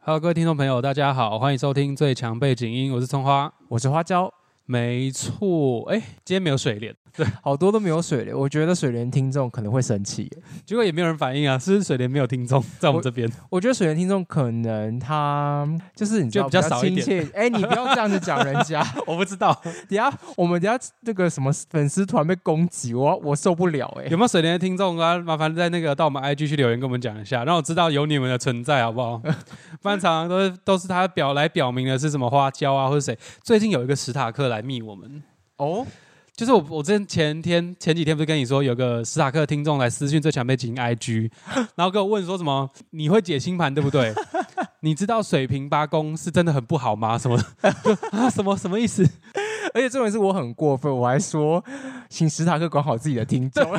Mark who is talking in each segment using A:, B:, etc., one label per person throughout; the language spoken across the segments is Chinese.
A: Hello，各位听众朋友，大家好，欢迎收听最强背景音，我是葱花。
B: 我是花椒，
A: 没错，哎，今天没有水莲，
B: 好多都没有水莲，我觉得水莲听众可能会生气耶。
A: 结果也没有人反应啊，是不是水莲没有听众在我们这边？
B: 我觉得水莲听众可能他就是你知
A: 就
B: 道
A: 比较少一
B: 亲
A: 点
B: 切。 哎、你不要这样子讲人家，
A: 我不知道
B: 等一下我们等一下那个什么粉丝团被攻击，我我受不了哎、
A: 有没有水莲的听众啊，麻烦在那个到我们 IG 去留言跟我们讲一下，让我知道有你们的存在，好不 好？不然常常都是都是他表来表明的是什么花椒啊，或者谁。最近有一个史塔克来密我们，
B: 哦，
A: 就是我，我之前前天前几天不是跟你说，有个史塔克听众来私讯最强被进 IG，然 后跟我问说什么你会解星盘对不对？ 你知道水瓶八宫是真的很不好吗？什么 的就啊什么什么意思？
B: 而且重点是我很过分，我还说请史塔克管好自己的听众，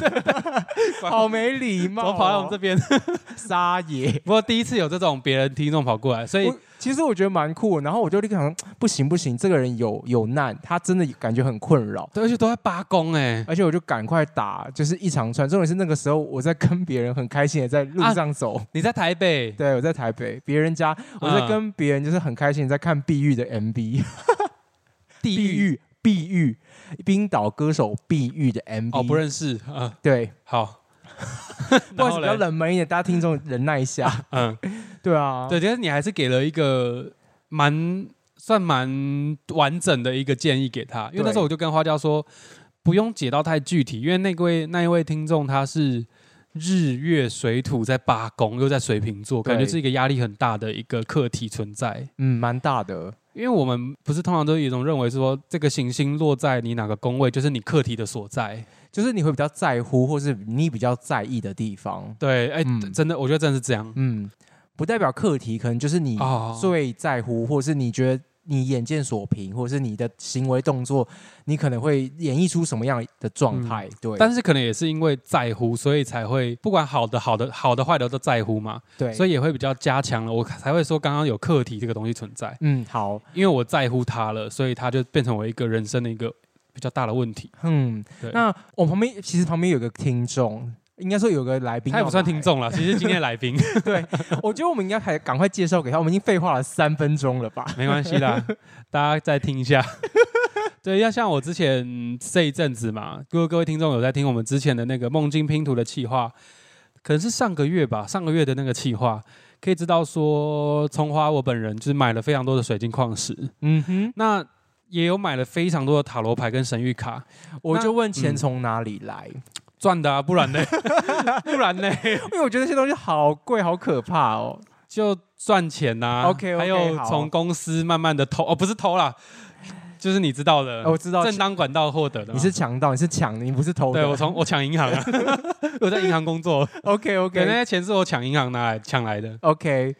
B: 好没礼
A: 啊怎
B: 貌、
A: 么
B: 哦，
A: 跑到我们这边？
B: 撒野。
A: 不过第一次有这种别人听众跑过来，所以
B: 我其实我觉得蛮酷的，然后我就立刻想，不行不行，这个人有有难，他真的感觉很困扰。
A: 对而且都在八宫哎、
B: 而且我就赶快打，就是一长串。重点是那个时候我在跟别人很开心的在路
A: 啊
B: 上走，
A: 你在台北，
B: 对我在台北别人家，我
A: 嗯
B: 在跟别人就是很开心地在看碧玉的 MV，
A: 地哦
B: 碧玉碧玉冰岛歌手碧玉的 MV，
A: 哦不认识啊、呃
B: 对，
A: 好，
B: 不
A: 然
B: 好意
A: 后
B: 思比较
A: 嘞，
B: 冷门一点，大家听众忍耐一下，
A: 嗯，
B: 对啊，
A: 对，但是你还是给了一个蛮算蛮完整的一个建议给他，因为那
B: 对
A: 时候我就跟花椒说，不用解到太具体，因为那位那一位听众他是日月水土在八宫，又在水瓶座，感觉
B: 对
A: 是一个压力很大的一个课题存在。
B: 嗯，蛮大的，
A: 因为我们不是通常都有一种认为说，这个行星落在你哪个宫位，就是你课题的所在。
B: 就是你会比较在乎，或是你比较在意的地方，
A: 对，哎、
B: 嗯
A: 真的，我觉得真的是这样。
B: 嗯，不代表课题，可能就是你
A: 哦
B: 最在乎，或是你觉得你眼见所凭，或是你的行为动作，你可能会演绎出什么样的状态？对，
A: 嗯但是可能也是因为在乎，所以才会不管好的、好的、好的、坏的都在乎嘛。
B: 对，
A: 所
B: 以
A: 以也会比较加强了。我才会说刚刚有课题这个东西存在，
B: 嗯，好，
A: 因为我在乎它了，所以它就变成我一个人生的一个比较大的问题。
B: 嗯
A: 对，
B: 那我旁边其实旁边有个听众。应该说有个来宾，
A: 他也不算听。众了，其实今天的来宾
B: 对，我觉得我们应该还赶快介绍给他。我们已经废话了三分钟了吧？
A: 没关系啦， 大家再听一下。 对，要像我之前这一阵子嘛，如果各位听众有在听我们之前的那个梦境拼图的企划，可能是上个月吧，上个月的那个企划，可以知道说，葱花我本人就是买了非常多的水晶矿石，
B: 嗯哼，
A: 那也有买了非常多的塔罗牌跟神谕卡，
B: 我就
A: 嗯
B: 问钱从哪里来，
A: 赚的啊，不 然呢？不然呢？
B: 因嗯哎为我觉得这些东西好贵，好可怕哦。
A: 就赚钱呐、
B: OK，OK，
A: 还有
B: 好
A: 从公司慢慢的偷哦，不是偷啦，就是你知道嗯的，
B: 哦我知道
A: 正当管道获得的嘛。
B: 你是强盗，你是抢的，你不是偷的。
A: 对我 从我抢银行啊，我在银行工作，
B: OK
A: 对，那
B: OK
A: 些钱是我抢银行拿来抢来的。
B: OK，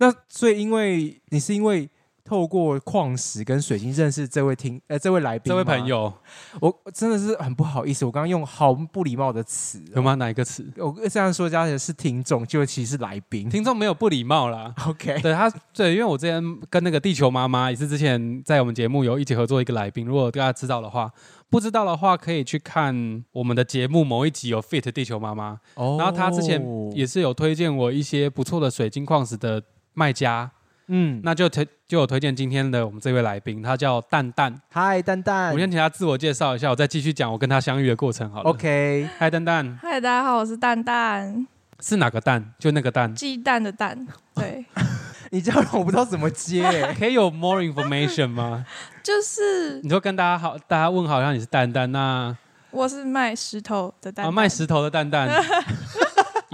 B: 那所以因为你是因为透过矿石跟水晶认识这位听呃这位来宾，
A: 这位朋，友
B: 我我真的是很不好意思，我刚刚用好不礼貌的词
A: 有吗？哪一个词？
B: 哦，我这样说加起来是听众，就其实是来宾。
A: 听众没有不礼貌啦。
B: OK，
A: 对他，对，因为我之前跟那个地球妈妈也是之前在我们节目有一起合作一个来宾，如果大家知道的话，不知道的话可以去看我们的节目某一集有 fit 地球妈妈，
B: 哦
A: 然后他之前也是有推荐我一些不错的水晶矿石的卖家，
B: 嗯，
A: 那就推就有推荐今天的我们这位来宾，他叫蛋蛋，
B: 嗨蛋蛋
A: 我先请他自我介绍一下，我再继续讲我跟他相遇的过程好了。
B: ，OK，
A: 嗨，蛋蛋
C: 嗨，大家好，我是蛋蛋，
A: 是哪个蛋？就那个 蛋。。
C: 鸡蛋的蛋。对，
B: 你这样让我不知道怎么接
A: 可以有 more information 吗？
C: 就是
A: 你说跟大家好，大家问好像你是蛋蛋，那
C: 我是卖石头的蛋蛋。
A: 啊，卖石头的蛋 蛋，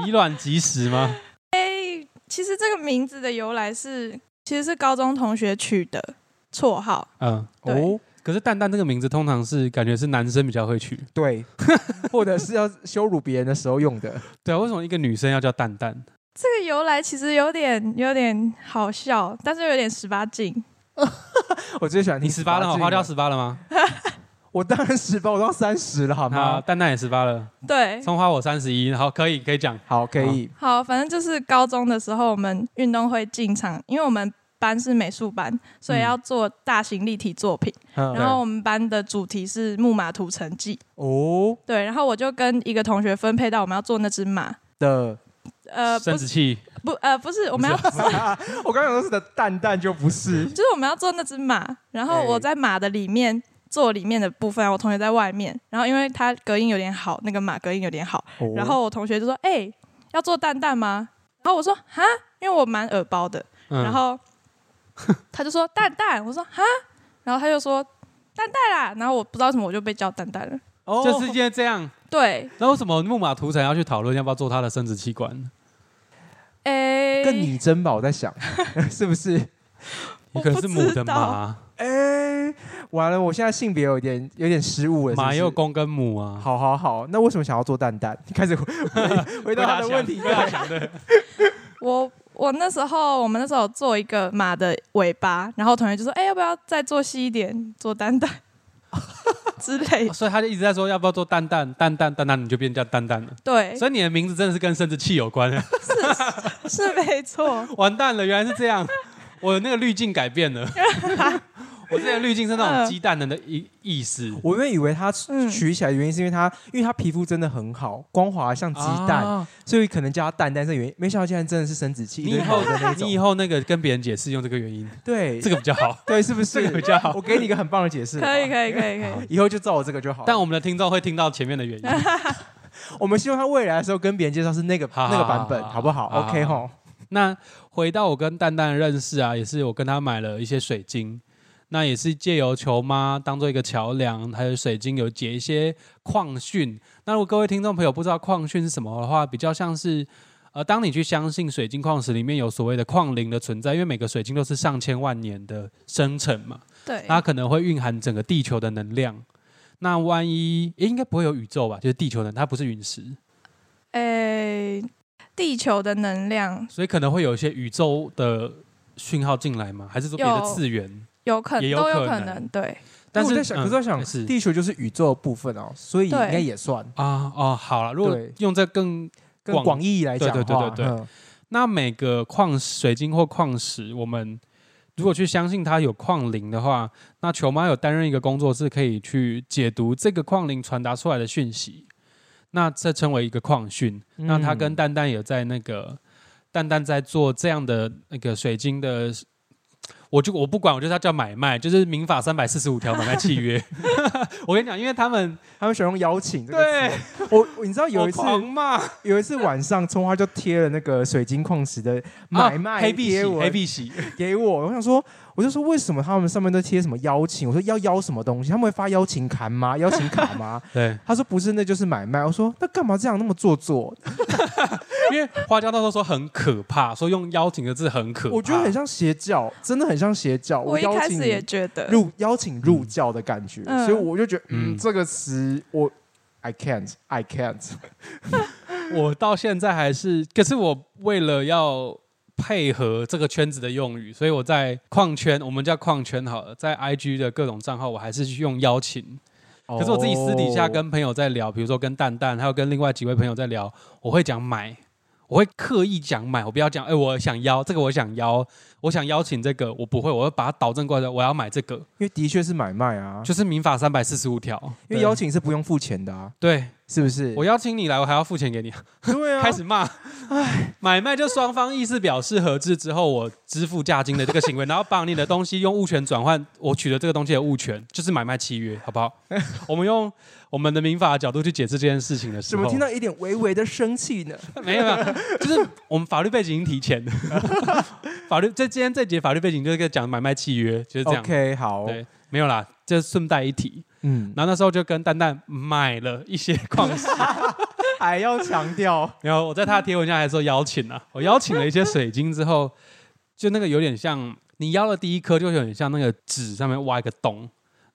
A: 以卵击石吗？
C: 哎，其实这个名字的由来是，其实是高中同学取的绰号。
A: 嗯，
C: 对，
B: 哦
A: 可是蛋蛋这个名字通常是感觉是男生比较会取，
B: 对，或者是要羞辱别人的时候用的。
A: 对啊，为什么一个女生要叫蛋蛋？
C: 这个由来其实有点有点好笑，但是有点十八禁。
B: 我最喜欢
A: 你
B: 听
A: 十八了吗，
B: 禁
A: 花
B: 了
A: 椒十八了吗？
B: 我当然十八，我到三十了，好
A: 好，
B: 吗？
A: 蛋蛋也十八了，
C: 对，
A: 葱花我三十一，好，可以可以讲，
B: 好，可以。
C: 好，反正就是高中的时候，我们运动会进场，因为我们班是美术班，所
A: 嗯
C: 以要做大型立体作品。
B: 嗯
C: 然后我们班的主题是木马屠城记。
B: 哦
C: 对，然后我就跟一个同学分配到我们要做那只马，
B: 的
C: 呃，
A: 生
C: 不
A: 殖
C: 是
A: 器
C: 不呃不是，我们要
B: 我刚刚说是的蛋蛋就不是，
C: 就是我们要做那只马，然后我在马的里面做里面的部分，我同学在外面，然后因为他隔音有点好，那个马隔音有点好，
A: 哦
C: 然后我同学就说：“哎、要做蛋蛋吗？”然后我说：“哈，因为我蛮耳包的。”
A: 嗯
C: 然 后他就说：“蛋蛋。”我说：“哈。”然后他就说：“蛋蛋啦。”然后我不知道为什么我就被叫蛋蛋了。
B: 哦
A: 就是因为这样，
C: 对，
A: 那为什么木马屠城要去讨论要不要做他的生殖器官？
C: 哎、
B: 跟拟真吧，我在 想是不是？
A: 你
C: 我
A: 可能
C: 不
A: 是母的
C: 知道
A: 马，
B: 哎，完了，我现在性别有一点有点失误了，
A: 马
B: 是不是
A: 也有公跟母啊。
B: 好好好，那为什么想要做蛋 蛋？开始回回回
A: 回
B: 答他的问题，
A: 回答强 的，
C: 我我那时候我们那时候有做一个马的尾巴，然后同学就说：“哎、要不要再做细一点，做蛋 蛋之类的
A: 哦所以他就一直在说要不要做蛋蛋蛋蛋蛋蛋，你就变叫蛋蛋了。？”
C: 对，
A: 所以你的名字真的是跟生殖器有关，
C: 是没错。
A: 完蛋了，原来是这样，我那个滤镜改变 了。我之前的滤镜是那种鸡蛋人的意意思，
B: 我原本以为他
C: 嗯
B: 取起来的原因是因为他，因为他皮肤真的很好，光滑像鸡蛋，
A: 啊
B: 所以可能叫他蛋蛋是原因。没想到竟然真的是生殖器，
A: 你
B: 一
A: 以
B: 堆
A: 后
B: 毛的那种
A: 你以后那个跟别人解释用这个原 因，
B: 对
A: 这个比较好，
B: 对 是不
A: 这个比
B: 是？
A: 较 好。
B: 我给你一个很棒的解释，
C: 可以，
B: 以，
C: 可以，可以，可以。
B: 以后就照我这个就好。
A: 但我们的听众会听到前面的原因。
B: 我们希望他未来的时候跟别人介绍是那个
A: 好
B: 那个版本，
A: 好好
B: 好不好
A: 好好
B: ？OK 吼，
A: 那回到我跟蛋蛋的认识啊，也是我跟他买了一些水晶，那也是借由球妈当做一个桥梁，还有水晶有解一些矿训。那如果各位听众朋友不知道矿训是什么的话，比较像是。呃，当你去相信水晶矿石里面有所谓的矿灵的存在，因为每个水晶都是上千万年的生成嘛，
C: 对，
A: 它可能会蕴含整个地球的能量。那万一、诶应该不会有宇宙吧？就是地球能，它不是陨石，
C: 诶、地球的能量
A: 所以可能会有一些宇宙的讯号进来吗？还是说别的次元？
C: 有可
A: 也
C: 能
A: 有
C: 都
A: 可
C: 有可
A: 能
C: 能，对，
A: 但
B: 我
A: 是
B: 在想，可是
A: 嗯
B: 我想
A: 是
B: 地球就是宇宙的部分哦，所以应
C: 对
B: 该也算
A: 啊哦，好了，如果
B: 对
A: 用这更
B: 更
A: 广
B: 广义来讲的话，
A: 对对对对
B: 嗯
A: 那每个矿石水晶或矿石，我们如果去相信它有矿灵的话，那球妈有担任一个工作是可以去解读这个矿灵传达出来的讯息，那这称为一个矿讯。
B: 嗯
A: 那他跟蛋蛋有在那个蛋蛋在做这样的那个水晶的，我就我不管，我就是要叫买卖，就是民法三百四十五条买卖契约。 我跟你讲，因为他们
B: 他们喜欢用邀请这个
A: 对
B: 词。我我你知道有一次
A: 我狂骂
B: 有一次晚上，葱花就贴了那个水晶矿石的买卖
A: 啊黑碧玺
B: 贴文
A: 黑碧 玺，
B: 给我，我想说，我就说为什么他们上面都贴什么邀请？我说要邀什么东西？他们会发邀请函吗？邀请卡吗？
A: 对。
B: 他说不是，那就是买卖。我说那干嘛这样那么做作？
A: 因为花椒那时候说很可怕，说用邀请的字很可怕，
B: 我觉得很像邪教，真的很像邪教。
C: 我一
B: 邀
C: 开
B: 请
C: 始也觉得，
B: 入邀请入教的感觉，
C: 嗯
B: 所以我就觉得，嗯，
A: 嗯
B: 这个词我 I can't I can't。
A: 我到现在还是，可是我为了要配合这个圈子的用语，所以我在矿圈，我们叫矿圈好了，在 IG 的各种账号，我还是去用邀请。 可是我自己私底下
B: 哦
A: 跟朋友在聊，比如说跟蛋蛋，还有跟另外几位朋友在聊，我会讲买，我会刻意讲买，我不要讲，哎、我想邀这个，我想邀，我想邀请这个，我不会，我会把它导正过来，我要买这个，
B: 因为的确是买卖啊，
A: 就是民法三百四十五条，
B: 因为邀请是不用付钱的啊，
A: 对
B: 是不是？
A: 我邀请你来，我还要付钱给你。
B: 对 啊，
A: 开始骂，买卖就双方意思表示合致之后，我支付价金的这个行为，然后把你的东西用物权转换，我取得这个东西的物权，就是买卖契约，好不 好？我们用我们的民法的角度去解释这件事情的时
B: 怎
A: 候，
B: 么听到一点微微的生气呢？
A: 没有没有，就是我们法律背景已经提前 的，法律这今天这节法律背景就是在讲买卖契约，就是这样。
B: OK，好，
A: 对，没有啦，这顺带一提。
B: 嗯，
A: 然后那时候就跟蛋蛋买了一些 矿石，
B: 还要强调，
A: 然后我在他的贴文下还说邀请 啊，我邀请了一些水晶之后，就那个有点像你邀了第一颗，就有点像那个纸上面挖一个洞，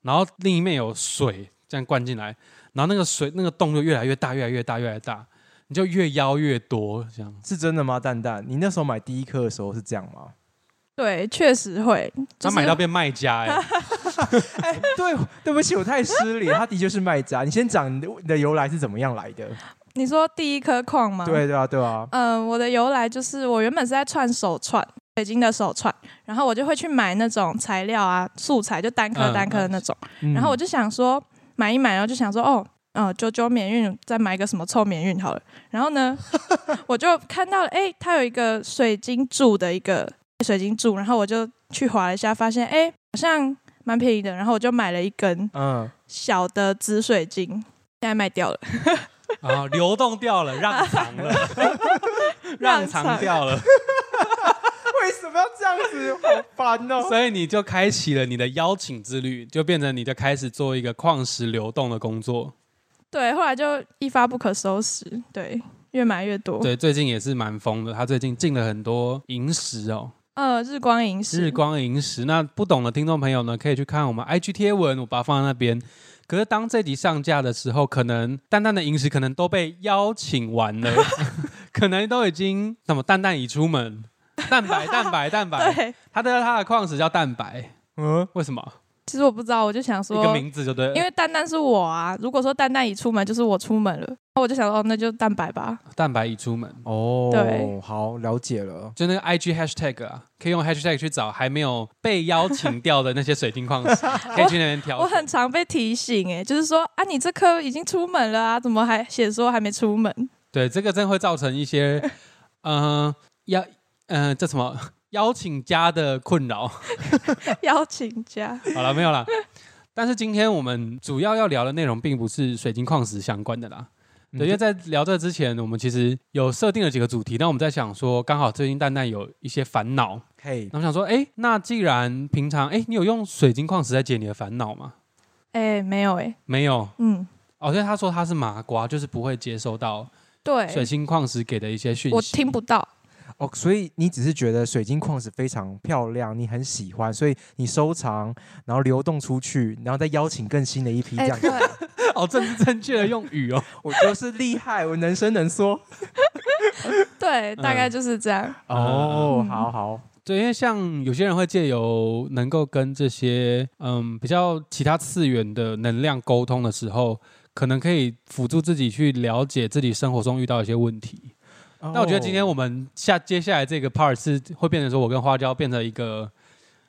A: 然后另一面有水这样灌进来，然后那个水那个洞就越来越大，越来越大，越来越大，你就越邀越多这样。
B: 是真的吗？蛋蛋，你那时候买第一颗的时候是这样 吗？
C: 对，确实会，
A: 他
C: 就是
A: 买到变卖家 哎、
C: 哎
B: 对，对不起，我太失礼。他的确是卖家。你先讲你的你的由来是怎么样来的？
C: 你说第一颗矿吗？
B: 对对啊，对啊。
C: 嗯，我的由来就是我原本是在串手串，北京的手串，然后我就会去买那种材料啊、素材，就单颗
A: 嗯
C: 单颗的那种。
B: 嗯
C: 然后我就想说买一买，然后就想说哦，呃九九免运，再买一个什么臭免运好了。然后 呢，我就看到了，哎、它有一个水晶柱的一个水晶柱，然后我就去划了一下，发现哎、好像蛮便宜的，然后我就买了一根
B: 嗯，
C: 小的紫水晶，现在卖掉了，
A: 啊，流动掉了，让藏了， 让藏掉了，
B: 为什么要这样子？好烦哦！
A: 所以你就开启了你的邀请之旅，就变成你在开始做一个矿石流动的工作。
C: 对，后来就一发不可收拾，对，越买越多。
A: 对，最近也是蛮疯的，他最近进了很多萤石哦，
C: 呃，日光银饰，
A: 日光萤石。那不懂的听众朋友呢，可以去看我们 IG 贴文，我把它放在那边。可是当这集上架的时候，可能蛋蛋的萤石可能都被邀请完了， 可能都已经什么蛋蛋已出门，蛋白蛋白蛋白，
C: 对，
A: 他的他的矿石叫蛋白，
B: 嗯，
A: 为什么？
C: 其实我不知道，我就想
A: 一个
C: 说，
A: 名字就 对了，
C: 因为蛋蛋是我啊，如果说蛋蛋一出门，就是我出门了，那我就想说，哦，那就蛋白吧。
A: 蛋白已出门。
B: 哦，
C: 对
B: 好，了解了。
A: 就那个 I G hashtag 啊，可以用 hashtag 去找还没有被邀请掉的那些水晶矿 石，可以去那边挑
C: 我
A: 选。
C: 很常被提醒、哎，就是说啊，你这颗已经出门了啊，怎么还写说还没出门？
A: 对，这个真会造成一些，嗯、邀，嗯、这什么邀请家的困扰。
C: 邀请假，
A: 好了，没有啦。但是今天我们主要要聊的内容并不是水晶矿石相关的啦。
B: 嗯
A: 对，因为在聊这之前，我们其实有设定了几个主题。那我们在想说，刚好最近蛋蛋有一些烦恼，
B: 嘿，
A: 那我想说，哎，那既然平常，哎，你有用水晶矿石在解你的烦恼吗？
C: 哎、没有、哎，
A: 没有。
C: 嗯，
A: 哦，所以他说他是麻瓜，就是不会接收到水
C: 对，
A: 晶矿石给的一些讯息。
C: 我听不到，
B: 哦，所以你只是觉得水晶矿石非常漂亮，你很喜欢，所以你收藏，然后流动出去，然后再邀请更新的一
A: 嗯
B: 批这
C: 哎、
B: 样。
C: 对，
A: 好政治哦正确的用语哦。
B: 我就是厉害，我能伸能缩。
A: 嗯
C: 对，大概就是这样。
B: 哦
C: 嗯，
B: 好好，
A: 对，因为像有些人会借由能够跟这些嗯比较其他次元的能量沟通的时候，可能可以辅助自己去了解自己生活中遇到一些问题。那我觉得今天我
B: 们
A: 们下接下来这个 part 是会变成说我跟花椒变成一个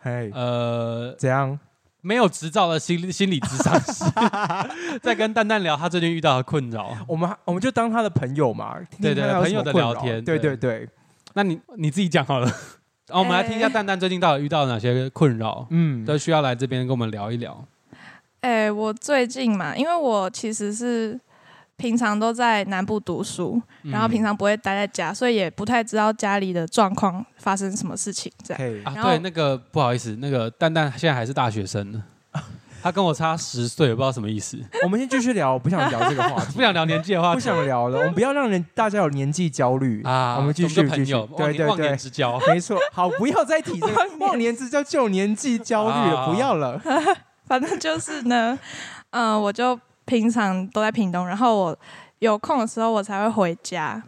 B: 嘿
A: 呃
B: 怎样？
A: 没有执照的心理心理智商师， 在跟蛋蛋聊他最近遇到的困扰。
B: 我们我们就当他的朋友嘛，听听
A: 对对
B: 看他有
A: 朋
B: 什
A: 友
B: 么
A: 的
B: 困
A: 聊
B: 扰
A: 天
B: 对
A: 对
B: 对对，
A: 那你你自己讲好了。哦，我们来听一下
C: 哎
A: 蛋蛋最近到底遇到哪些困扰，
B: 嗯，
A: 都需要来这边跟我们聊一聊。
C: 哎、我最近嘛，因为我其实是平常都在南部读书，然后
A: 嗯
C: 平常不会待在家，所以也不太知道家里的状况发生什么事情这样。
B: 嘿，
A: 啊，
C: 然后
A: 对，那个不好意思，那个蛋蛋现在还是大学生呢， 他跟我差十岁，我不知道什么意思。
B: 我们先继续聊，我不想聊这个话题，
A: 不想聊年纪的话
B: 不
A: 题
B: 想聊了，我们不要让人大家有年纪焦虑
A: 啊，
B: 我们继
A: 就
B: 续继
A: 朋
B: 续
A: 友，，忘
B: 对
A: 年
B: 对
A: 忘年
B: 对，
A: 之 交。
B: 没错，好，不要 再提这个忘年之交旧年纪焦虑
A: 啊
B: 了，不要了，
C: 反正就是呢，嗯、我就平常都在屏东，然后我有空的时候我才会回家，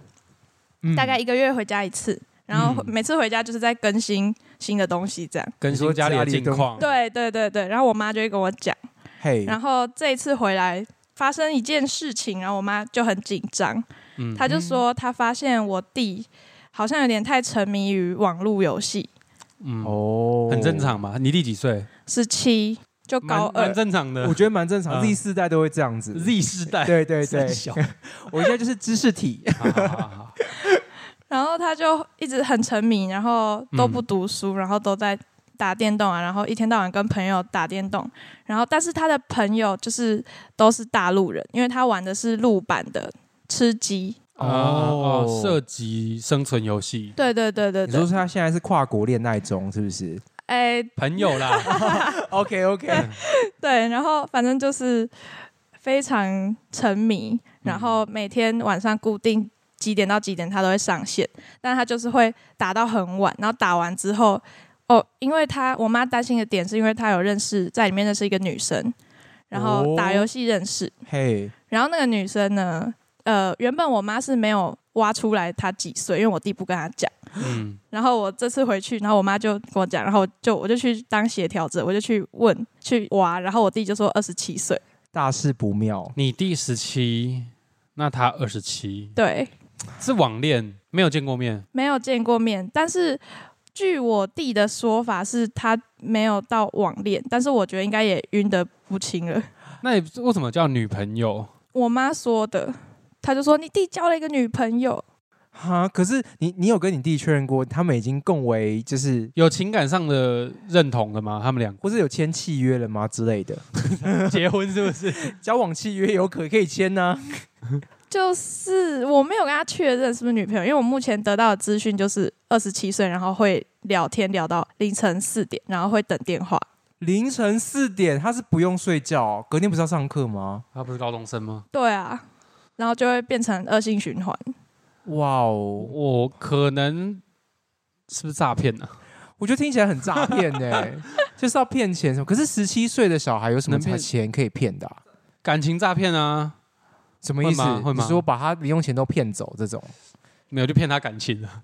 B: 嗯
C: 大概一个月回家一次。然
A: 嗯
C: 后每次回家就是在更新新的东西，这样。
A: 更新家里的近况，
C: 对对对对，然后我妈就会跟我讲。
B: 嘿，
C: 然后这一次回来发生一件事情，然后我妈就很紧张，
A: 嗯
C: 她就说她发现我弟好像有点太沉迷于网络游戏，
A: 嗯，
B: 哦
A: 很正。常嘛。你弟几岁？
C: 十七就高
A: 蛮
C: 二
A: 蛮，正常的
B: 我。觉得蛮正常
A: 嗯
B: ，Z 世代都会这样子。
A: Z 世代，
B: 对对对
A: 三， 小，
B: 我现在就是知识体。
A: 好好好好
C: 然后她就一直很沉迷，然后都不读书，然后都在打电动啊，然后一天到晚跟朋友打电动，然后但是她的朋友就是都是大陆人，因为她玩的是陆版的吃鸡，
A: 啊哦，涉及生存游戏，
C: 对对对对
B: 你说
C: 对，
B: 是他现在是跨国恋爱中，是不是
C: 哎，
A: 朋友 啦，
B: ？OK OK，
C: 对，然后反正就是非常沉迷，然后每天晚上固定几点到几点他都会上线，但他就是会打到很晚，然后打完之后，哦，因为他我妈担心的点是因为他有认识在里面认识一个女生，然后打游戏认识，
B: 嘿，
C: 然后那个女生呢，呃，原本我妈是没有挖出来她几岁，因为我弟不跟她讲。
A: 嗯，
C: 然后我这次回去，然后我妈就跟我讲，然后就我就去当协调者，我就去问去挖，然后我弟就说二十七岁，
B: 大事不妙。
A: 你弟十七，那他二十七，
C: 对，
A: 是网恋，没有见过面，
C: 没有见过面，但是据我弟的说法是他没有到网恋，但是我觉得应该也晕得不轻了，
A: 那你为什么叫女朋友？
C: 我妈说的，她就说你弟交了一个女朋友，
B: 哈，可是你你有跟你弟确认过，他们已经共为就是，
A: 有情感上的认同了吗？他们两
B: 或是有签契约了吗之类的？
A: 个结婚是不是？
B: 交往契约有可可以签啊呢、
C: 就是我没有跟她确认是不是女朋友，因为我目前得到的资讯就是二十七岁，然后会聊天聊到凌晨四点，然后会等电话。
B: 凌晨四点他是不用睡觉，哦隔天不是要上课吗？
A: 他不是高中生吗？
C: 对啊，然后就会变成恶性循环。
B: 哇哦，
A: 我可能是不是诈骗啊呢？
B: 我觉得听起来很诈骗 呢，就是要骗钱什么。可是十七岁的小孩有什么
A: 能骗
B: 钱可以骗的啊、
A: 感情诈骗啊，
B: 什么意思
A: 会吗？会
B: 你
A: 吗
B: 说把他零用钱都骗走这种？
A: 没有就骗他感情啊了。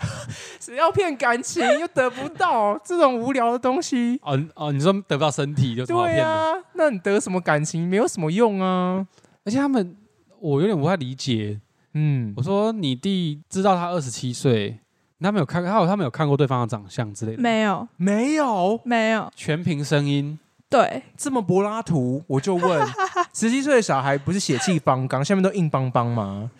B: 只要骗感情又得不到 这种无聊的东西。
A: 哦你哦，你说得不到身体就什么好
B: 对
A: 骗的？
B: 啊，那你得什么感情没有什么用啊？
A: 而且他们，我有点不太理解。
B: 嗯
A: 我，说你弟知道他二十七岁，他们有看，他有他们有看过对方的长相之类的，
C: 没有，
B: 没有
C: 没有，
A: 全凭声音。
C: 对，
B: 这么柏拉图，我 就问，十七岁的小孩不是血气方刚，下面都硬邦邦 吗？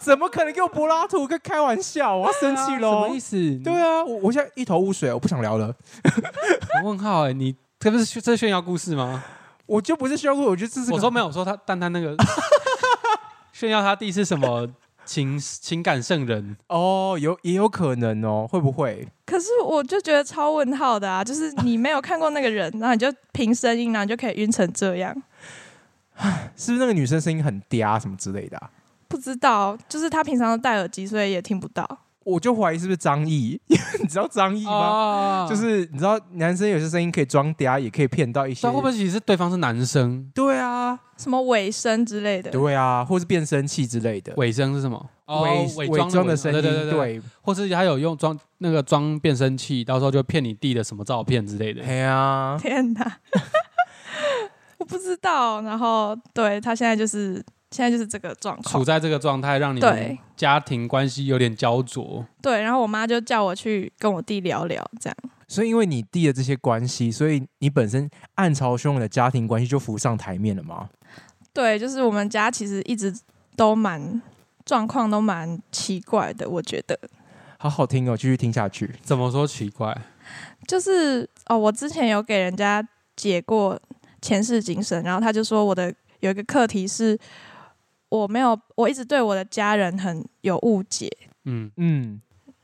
B: 怎么可能给我柏拉图？跟开玩笑，我要生气
A: 啊什
B: 喽
A: 么意！思？
B: 对啊，我我现在一头雾水，我不想聊了。
A: 我问号哎、你这不是这是炫耀故事吗？
B: 我就不是修过，我就这是 个
A: 我说没有，我说他但他那 个炫耀他弟是什么 情情感圣人，
B: 哦，有也有可能哦，会不会？
C: 可是我就觉得超问号的啊！就是你没有看过那个人，然后你就凭声音，然后你就可以晕成这样，
B: 是不是那个女生声音很嗲什么之类的啊、
C: 不知道。就是他平常都戴耳机，所以也听不到。
B: 我就怀疑是不是张译， 你知道张译吗？
A: 啊
B: 就是你知道男生有些声音可以装嗲，也可以骗到一些
A: 但。会不会其实对方是男生？
B: 对啊，
C: 什么尾声之类的，
B: 对啊，或是变声器之类的，
A: 尾声是什么？哦
B: 伪
A: 装
B: 装的
A: 伪
B: 声音，
A: 对对对，或是他有用装那个装变声器，到时候就骗你弟的什么照片之类的。
B: 哎呀，
C: 天哪，我不知道。然后对他现在就是现在就是这个状
A: 处
C: 况，
A: 在这个状态，让你们
C: 对
A: 家庭关系有点焦灼。
C: 对。然后我妈就叫我去跟我弟聊聊，这样
B: 所以因为你弟的这些关系，所以你本身暗潮汹涌的家庭关系就浮上台面了嘛。
C: 对，就是我们家其实一直都蛮状况都蛮奇怪的，我觉得。
B: 好好听哦，继续听下去。
A: 怎么说奇怪？
C: 就是哦，我之前有给人家解过前世今生，然后他就说我的有一个课题是，我没有，我一直对我的家人很有误解，
A: 嗯，
B: 嗯，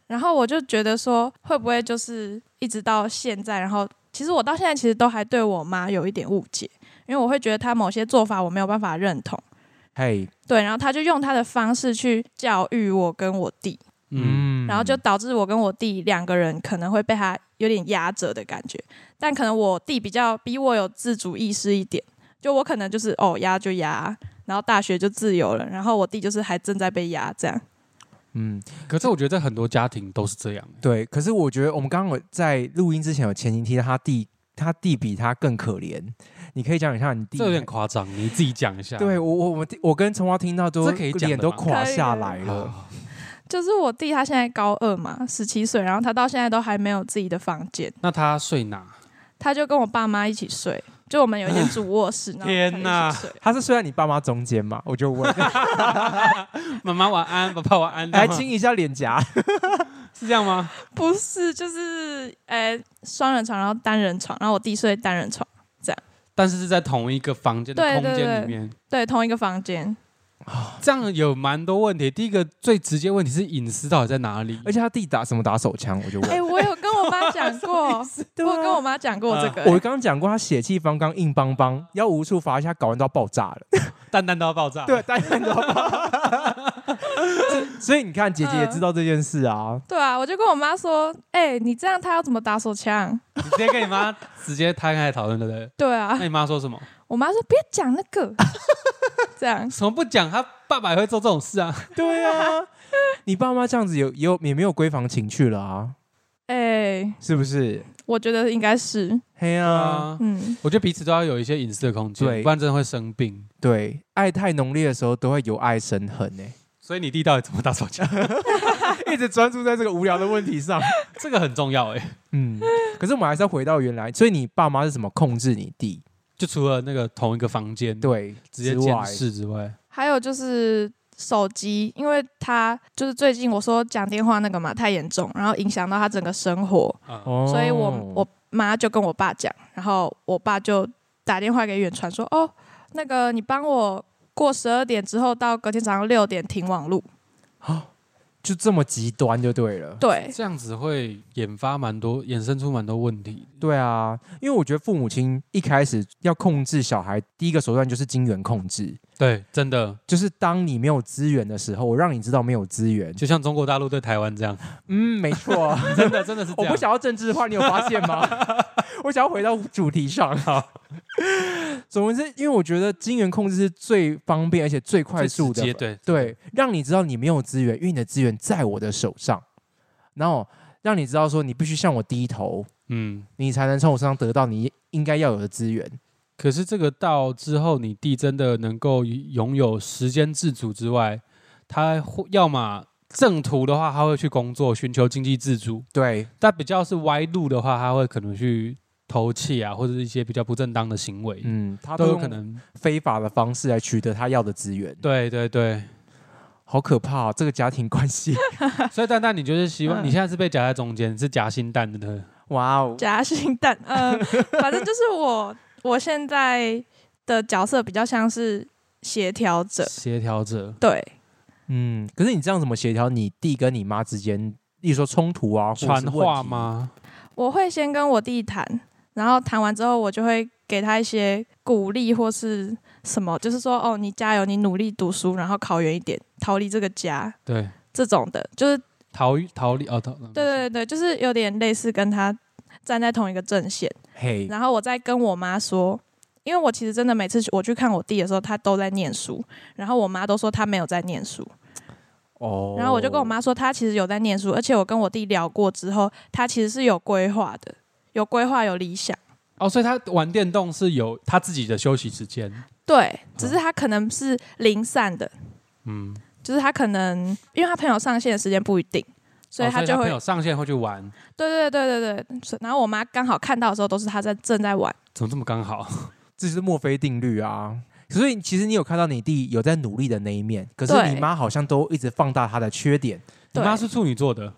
C: 然后我就觉得说会不会就是一直到现在，然后其实我到现在其实都还对我妈有一点误解，因为我会觉得她某些做法我没有办法认同，
B: 嘿，
C: 对，然后她就用她的方式去教育我跟我弟，
A: 嗯，
C: 然后就导致我跟我弟两个人可能会被他有点压着的感觉，但可能我弟比较比我有自主意识一点，就我可能就是哦压就压，然后大学就自由了，然后我弟就是还正在被压这样。
B: 嗯，
A: 可是我觉得很多家庭都是这样。
B: 对。可是我觉得我们刚刚有在录音之前有前情提到他弟，他弟比他更可怜。你可以讲一下你弟
A: 这有点夸张，你自己讲一下。
B: 对我我我我跟陈华听到都
A: 这可以讲的
B: 脸都
A: 吗
B: 垮
C: 可以
B: 下
C: 的
B: 来了。
A: 啊，
C: 就是我弟他现在高二嘛，十七岁，然后他到现在都还没有自己的房间，
A: 那他睡哪？
C: 他就跟我爸妈一起睡，就我们有一间主卧室，然后
A: 天
C: 哪
A: 哪，
B: 他是睡在你爸妈中间嘛？我就问，
A: 妈妈晚安，爸爸晚安。
B: 来
A: 这样吗
B: 亲一下脸颊。
A: 是这样吗？
C: 不是就是呃双人床，然后单人床，然后我弟睡单人床，
A: 但是是在同一个房间的
C: 对
A: 空
C: 对
A: 间
C: 对
A: 里面，
C: 对，同一个房间，
A: 这样有蛮多问题。第一个最直接问题是隐私到底在哪里？
B: 而且他弟打什么打手枪，我就
C: 哎、
B: 问。
C: 我有跟我妈讲过，
B: 对
C: 我有跟我
B: 啊，
C: 妈讲过这个、哎
B: 我刚刚讲过，他血气方刚，硬邦邦，要无处罚一下，搞完都要爆炸了。
A: 蛋蛋都要爆炸。
B: 对，，大家知道吧？ 所以你看，姐姐也知道这件事啊。
C: 对啊，我就跟我妈说，哎、你这样她要怎么打手枪？
A: 你直接跟你妈直接摊开来讨论，对不 对？
C: 对啊
A: 那，你妈说什么？
C: 我妈说别讲那个， 这样
A: 什么不讲？他爸爸也会做这种事啊？
B: 对啊，你爸妈这样子有也有也没有闺房情趣了啊，
C: 哎、
B: 是不是？
C: 我觉得应该是，
B: 嘿啊，
A: 啊，
C: 嗯，
A: 我觉得彼此都要有一些隐私的空间
B: 对，
A: 不然真的会生病。
B: 对，爱太浓烈的时候都会由爱生恨欸呢、
A: 所以你弟到底怎么打手枪？
B: 一直专注在这个无聊的问题 上。
A: 这个很重要哎、
B: 嗯，可是我们还是要回到原来，所以你爸妈是怎么控制你弟？
A: 就除了那个同一个房间，，
B: 对，
A: 直接
B: 之
A: 监
B: 外
A: 视之外，
C: 还有就是手机，因为他就是最近我说讲电话那个嘛太严重，然后影响到他整个生活，
A: 哦，
B: 哦
C: 所以我我妈就跟我爸讲，然后我爸就打电话给远传说，哦，那个你帮我过十二点之后到隔天早上六点停网路，
B: 就这么极端就对了。
C: 对，
A: 这样子会引发蛮多，衍生出蛮多问题。
B: 对啊，因为我觉得父母亲一开始要控制小孩，第一个手段就是金源控制，
A: 对，真的，
B: 就是当你没有资源的时候，我让你知道没有资源。
A: 就像中国大陆对台湾 这样，
B: 嗯，没错，
A: 真的真的 是这
B: 我
A: 样。
B: 不想要政治化，你有发现吗？ 我想要回到主题上。
A: 好，
B: 总而言之，因为我觉得金源控制是最方便而且最快速的
A: 最直接，对
B: 对，让你知道你没有资源，因为你的资源在我的手上，然后让你知道说你必须向我低头，
A: 嗯。
B: 你才能从我身上得到你应该要有的资源。
A: 可是这个到之后，你弟真的能够拥有时间自主之外，他会要么正途的话，他会去工作寻求经济自主；
B: 对，
A: 但比较是歪路的话，他会可能去偷窃啊，或者是一些比较不正当的行为，
B: 嗯，他
A: 都有
B: 用
A: 可能。
B: 非法的方式来取得他要的资源，
A: 对对对，
B: 好可怕、啊！这个家庭 关系，
A: 所以蛋蛋，你就是希望
C: 嗯
A: 你现在是被夹在中间，是夹心蛋的，
B: 哇哦，
C: 夹心蛋，呃， 反正就是我我现在的角色比较像是协调者，
A: 协调者、
C: 对，
B: 嗯，可是你这样怎么协调你弟跟你妈之间，例如说冲突啊，或者是
A: 传
B: 问
A: 话
B: 题？
A: 吗？
C: 我会先跟我弟谈，然后谈完之后，我就会给他一些鼓励或是什么，就是说哦，你加油，你努力读书，然后考远一点，逃离这个家
A: 对，
C: 这种的，就是
A: 逃逃离哦，逃
C: 对对对，就是有点类似跟他站在同一个阵线。
B: 嘿，
C: 然后我再跟我妈说，因为我其实真的每次去我去看我弟的时候，他都在念书，然后我妈都说他没有在念书，
B: 哦，
C: 然后我就跟我妈说，他其实有在念书，而且我跟我弟聊过之后，他其实是有规划的，有规划有理想。
A: 哦，所以他玩电动是有他自己的休息时间，
C: 对，只是他可能是零散的，
A: 嗯，
C: 就是他可能因为他朋友上线的时间不一定，所以
A: 哦
C: 他就
A: 朋
C: 会、
A: 友上线会去玩，
C: 对对对对对对。然后我妈刚好看到的时候，都是他在正在玩。
A: 怎么这么刚好？
B: 这就是墨菲定律啊。所以其实你有看到你弟有在努力的那一面，可是
C: 对
B: 你妈好像都一直放大他的缺点。
A: 你
C: 对
A: 妈是处女座的，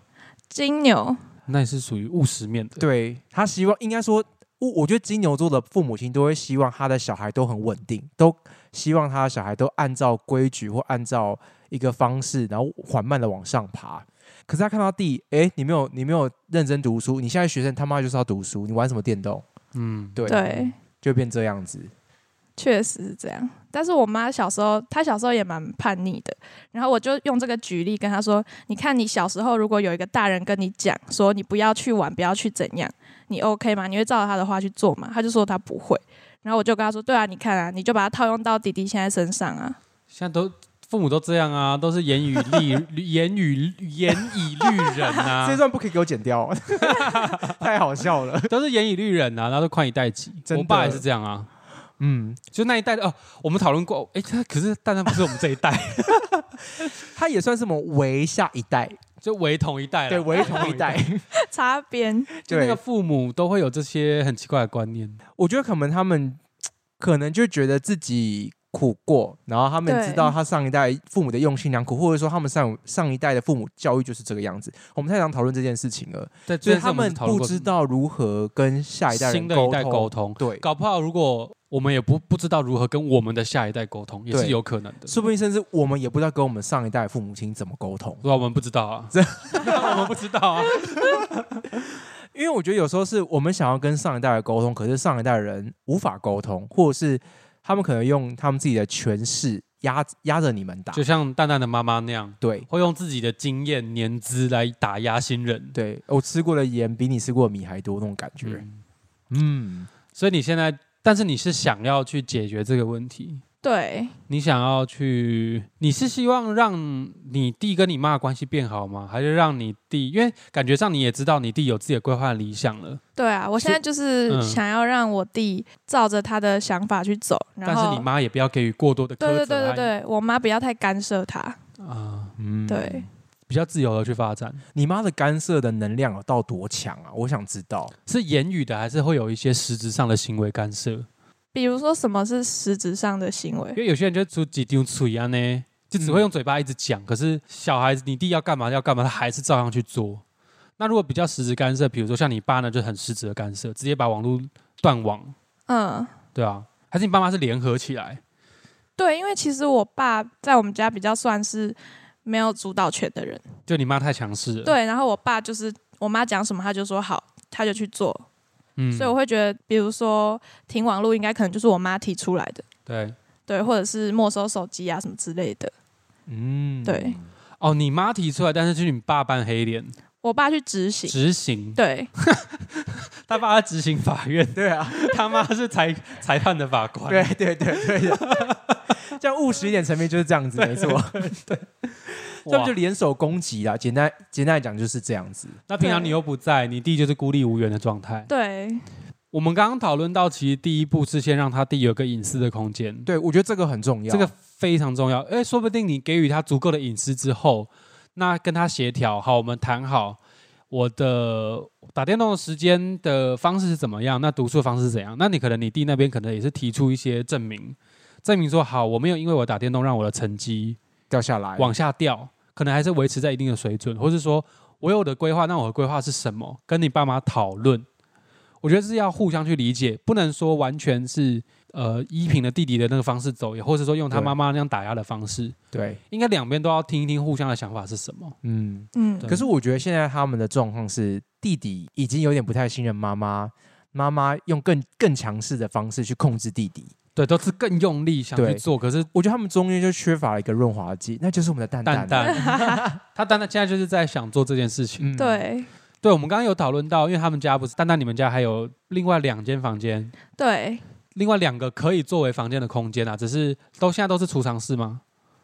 C: 金牛，
A: 那也是属于务实面的。，
B: 对他希望，应该说，我我觉得金牛座的父母亲都会希望他的小孩都很稳定，都希望他的小孩都按照规矩或按照一个方式，然后缓慢的往上爬。可是他看到弟，哎，你没有你没有认真读书，你现在学生他妈就是要读书，你玩什么电动？
A: 嗯，
B: 对，
C: 对，
B: 就变这样子。
C: 确实是这样。但是我妈小时候，她小时候也蛮叛逆的。然后我就用这个举例跟她说：“你看，你小时候如果有一个大人跟你讲说你不要去玩，不要去怎样，你 OK 吗？你会照着他的话去做吗？”她就说她不会。然后我就跟她说：“对啊，你看啊，你就把它套用到弟弟现在身上啊。”
A: 现在都父母都这样啊，都是严以律 严以严以律人
B: 这一
A: 啊，
B: 段不可以给我剪掉，哦 太好笑了。
A: 都是严以律人啊，然后都宽以待己。
B: 真的
A: 我爸也是这样啊。
B: 嗯，
A: 就那一代的哦，我们讨论过，哎，他可是蛋蛋不是我们这一 代，
B: 他也算是我们为下一代，
A: 就为同一代啦
B: 对，为同一代。。
C: 擦边，
A: 就那
B: 对
A: 个父母都会有这些很奇怪的观念，
B: 我觉得可能他们可能就觉得自己苦过，然后他们
C: 对
B: 知道他上一代父母的用心良苦，或者说他们上上一代的父母教育就是这个样子。我们太常讨论这件事情了，
A: 对，
B: 所
A: 这
B: 以
A: 件事
B: 他
A: 我
B: 们
A: 是讨论
B: 不
A: 过
B: 知道如何跟下一代人
A: 新的
B: 沟
A: 一代
B: 通。
A: 沟通，
B: 对，
A: 搞不好如果我们也不不知道如何跟我们的下一代沟通，也是
B: 对
A: 有可能的。
B: 说不定甚至我们也不知道跟我们上一代的父母亲怎么沟通，
A: 对啊，我们不知道 啊，
B: 这
A: 我们不知道啊。
B: 因为我觉得有时候是我们想要跟上一代的沟通，可是上一代人无法沟通，或者是他们可能用他们自己的权势压压着你们打
A: 就。像蛋蛋的妈妈那样，
B: 对
A: 会用自己的经验年资来打压新人。
B: 对，我吃过的盐比你吃过的米还多那种感觉。
A: 嗯，
B: 嗯，
A: 所以你现在，但是你是想要去解决这个问题，
C: 对，
A: 你想要去，你是希望让你弟跟你妈的关系变好吗？还是让你弟，因为感觉上你也知道你弟有自己的规划和理想了，
C: 对啊，我现在就是
A: 嗯
C: 想要让我弟照着他的想法去走，然
A: 但
C: 后
A: 是你妈也不要给予过多的苛责
C: 对
A: 和，
C: 对对对对，我妈不要太干涉他，
A: 啊、
B: 嗯
C: 对，
A: 比较自由的去发展。
B: 你妈的干涉的能量有到多强啊？我想知道。
A: 是言语的，还是会有一些实质上的行为干涉？
C: 比如说什么是实质上的行为
A: 因，为有些人就出几丢嘴啊呢，就只会用嘴巴一直讲，可是小孩子你弟要干嘛要干嘛，他还是照样去做。那如果比较实质干涉，比如说像你爸呢，就很实质的干涉，直接把网络断网，
C: 嗯，
A: 对啊，还是你爸妈是联合起来，
C: 对，因为其实我爸在我们家比较算是没有主导权的人，
A: 就你妈太强势了，，
C: 对，然后我爸就是我妈讲什么他就说好，他就去做，
A: 嗯
C: 所以我会觉得，比如说停网络应该可能就是我妈提出来的，
A: 对，
C: 对，或者是没收手机啊什么之类的，
B: 嗯，
C: 对
A: 哦，你妈提出来，但是就是你爸扮黑脸
C: 我爸去执行，
A: 执行，
C: 对，
A: 他爸在执行法院，
B: 对啊，
A: 他妈是裁裁判的法官，
B: 对，对对对的， 这样务实一点层面就是这样子，没错，
A: 哇
B: 他们就联手攻击啦。简单简单来讲就是这样子，
A: 那平常你又不在，你弟就是孤立无援的状态。
C: 对，
A: 我们刚刚讨论到，其实第一步是先让他弟有个隐私的空间，
B: 对啊我觉得这个很重要，
A: 这个非常重要。哎，说不定你给予他足够的隐私之后，那跟他协调好，我们谈好我的打电动的时间的方式是怎么样，那读书的方式是怎样。那你可能你弟那边可能也是提出一些证明，证明说好，我没有因为我打电动让我的成绩
B: 掉下来，
A: 往下掉，可能还是维持在一定的水准，或是说我有我的规划，那我的规划是什么？跟你爸妈讨论，我觉得是要互相去理解，不能说完全是呃依萍的弟弟的那个方式走，也或是说用他
B: 对
A: 妈妈那样打压的方式，
B: 对，
A: 应该两边都要听一听互相的想法是什么。
B: 嗯。
C: 嗯
A: 对
B: 可是我觉得现在他们的状况是，弟弟已经有点不太信任妈妈，妈妈用更更强势的方式去控制弟弟。
A: 对，都是更用力想去
B: 对
A: 做，可是
B: 我觉得他们中间就缺乏了一个润滑剂，那就是我们的蛋蛋。啊
A: 蛋蛋， 他蛋蛋现在就是在想做这件事情。
B: 嗯，
C: 对
A: 对，我们刚刚有讨论到，因为他们家不是蛋蛋，你们家还有另外两间房间，
C: 对
A: 另外两个可以作为房间的空间啊，只是都现在都是储藏室吗？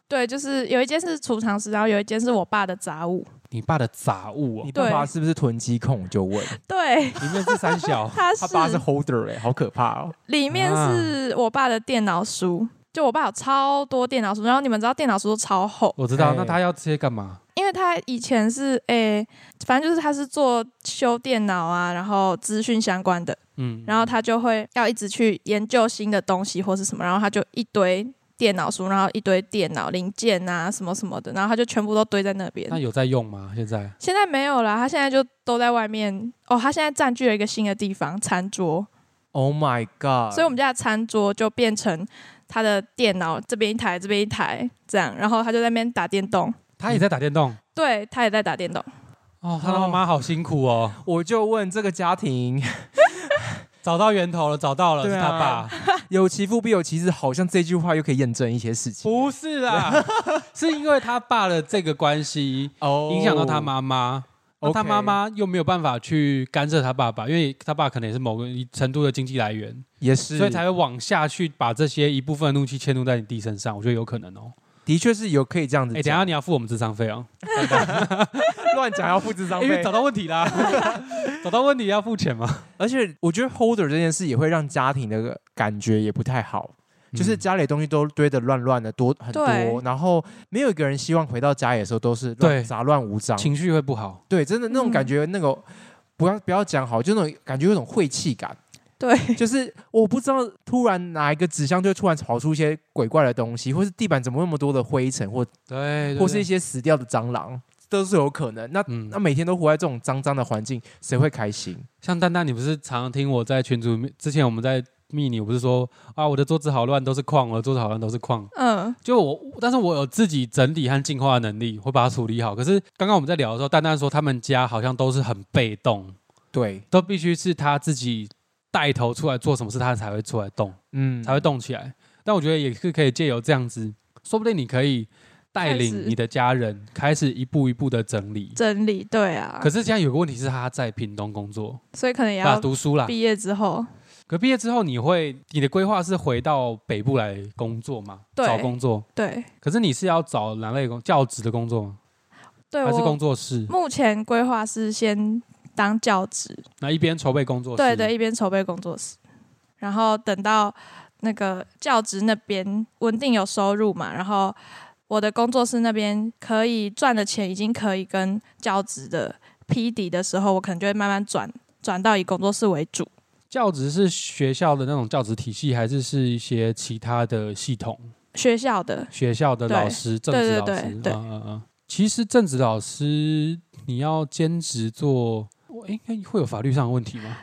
C: 对，就是有一间是储藏室，然后有一间是我爸的杂物，
A: 你爸的杂物、哦
B: 你，爸爸
C: 对
B: 是不是囤积控？我就问，
C: 对，，
A: 里面是三小
C: 他
B: 他爸是
C: 是
B: holder 哎、好可怕哦。
C: 里面
A: 啊
C: 是我爸的电脑书，就我爸有超多电脑书，然后你们知道电脑书都超厚，
A: 我知道。
B: 哎
A: 那他要这些干嘛？
C: 因为他以前是诶、反正就是他是做修电脑啊，然后资讯相关的，
A: 嗯，
C: 然后他就会要一直去研究新的东西或是什么，然后他就一堆电脑书，然后一堆电脑零件啊什么什么的，然后他就全部都堆在那边
A: 那。有在用吗？现在
C: 现在没有啦，他现在就都在外面哦。他现在占据了一个新的地方，餐桌，
B: Oh my god！
C: 所以我们家的餐桌就变成他的电脑这边一台，这边一台这样，然后他就在那边打电动，
A: 他也在打电动
C: 对他也在打电动。
A: 哦，他的妈妈好辛苦哦，
B: 我就问这个家庭
C: 啊
A: 找到源头了，找到了，
B: 对
A: 是
B: 啊
A: 他爸，
B: 有其父必有其子，好像这句话又可以验证一些事情
A: 不是啊啦， 是因为他爸的这个关系
B: 哦
A: 影响到他。妈妈。那他
B: OK
A: 妈妈又没有办法去干涉他爸爸，因为他爸可能也是某个程度的经济来源，
B: 也是，
A: 所以才会往下去把这些一部分的怒气迁怒在你弟身上。我觉得有可能哦。
B: 的确是有可以这样子
A: 哎、
B: 讲。
A: 等一下你要付我们智商费哦。
B: 乱讲要付智商
A: 因为
B: 费
A: 找，到问题啦， 找到问题要付钱吗？
B: 而且我觉得 holder 这件事也会让家庭的感觉也不太好，就是家里的东西都堆得乱乱的多很
C: 对
B: 多，然后没有一个人希望回到家里的时候都是
A: 对
B: 乱杂乱无章，
A: 情绪会不好，
B: 对，真的那种
C: 嗯
B: 感觉，那个不要不要讲好，就那种感觉有种晦气感，
C: 对，
B: 就是我不知道突然哪一个纸箱就会突然跑出一些鬼怪的东西，或是地板怎么那么多的灰尘，或
A: 对
B: 或是一些死掉的蟑螂，都是有可能。那
A: 嗯
B: 那，每天都活在这种脏脏的环境，谁会开心？
A: 像丹丹，你不是常常听我在群组里面之前我们在密你，我不是说啊我的桌子好乱，都是矿，我的桌子好乱，都是矿。
C: 嗯，
A: 就我，但是我有自己整理和进化的能力，会把它处理好。可是刚刚我们在聊的时候，丹丹说他们家好像都是很被动，
B: 对，
A: 都必须是他自己带头出来做什么事，他才会出来动，
B: 嗯，
A: 才会动起来。但我觉得也是可以借由这样子，说不定你可以带
C: 开始
A: 领你的家人开始一步一步的整理。
C: 真理对啊，
A: 可是现在有个问题是，他在屏东工作，
C: 所以可能也
A: 啊，
C: 要
A: 读书啦。
C: 毕业之后，
A: 可毕业之后，你会你的规划是回到北部来工作嘛？
C: 对
A: 找工作。
C: 对
A: 可是你是要找哪类工教职的工作吗？
C: 对，
A: 还是工
C: 我
A: 作室？
C: 目前规划是先当教职，
A: 那一边筹备工作室，
C: 对对，一边筹备工作室，然后等到那个教职那边稳定有收入嘛，然后我的工作室那边可以赚的钱已经可以跟教职的匹敌的时候，我可能就会慢慢转转到以工作室为主。
A: 教职是学校的那种教职体系，还是是一些其他的系统？
C: 学校的
A: 学校的
C: 对
A: 老师，政治
C: 对
A: 老
C: 对
A: 师，
C: 对
A: 嗯嗯嗯。其实政治老师你要兼职做，我应该会有法律上的问题吗？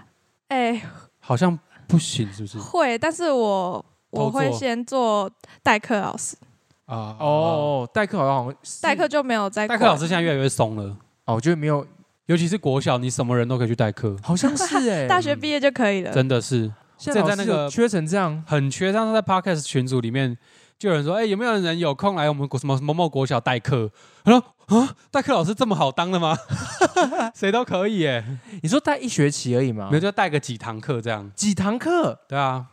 C: 哎、
A: 好像不行，是不是？
C: 会，但是我我
A: 嗯偷做
C: 会先做代课老师，
A: 啊，
B: 哦，代课好像
C: 代课就没有在
A: 代课老师
C: 管
A: 现在越来越松了，
B: 哦，我觉得没有，
A: 尤其是国小，你什么人都可以去代课，
B: 好 像是哎、
C: 大学毕业就可以了。
A: 嗯真的是
B: 现
A: 现在
B: 在老
A: 那
B: 师
A: 个
B: 有缺成这样，
A: 很缺。上次在 podcast 群组里面，就有人说：“哎、有没有人有空来我们国什么某某国小代课？”他说：“啊，代课老师这么好当的吗？ 谁都可以耶，
B: 你说带一学期而已吗
A: 没？有就代个几堂课这样。
B: 几堂课”
A: 对啊，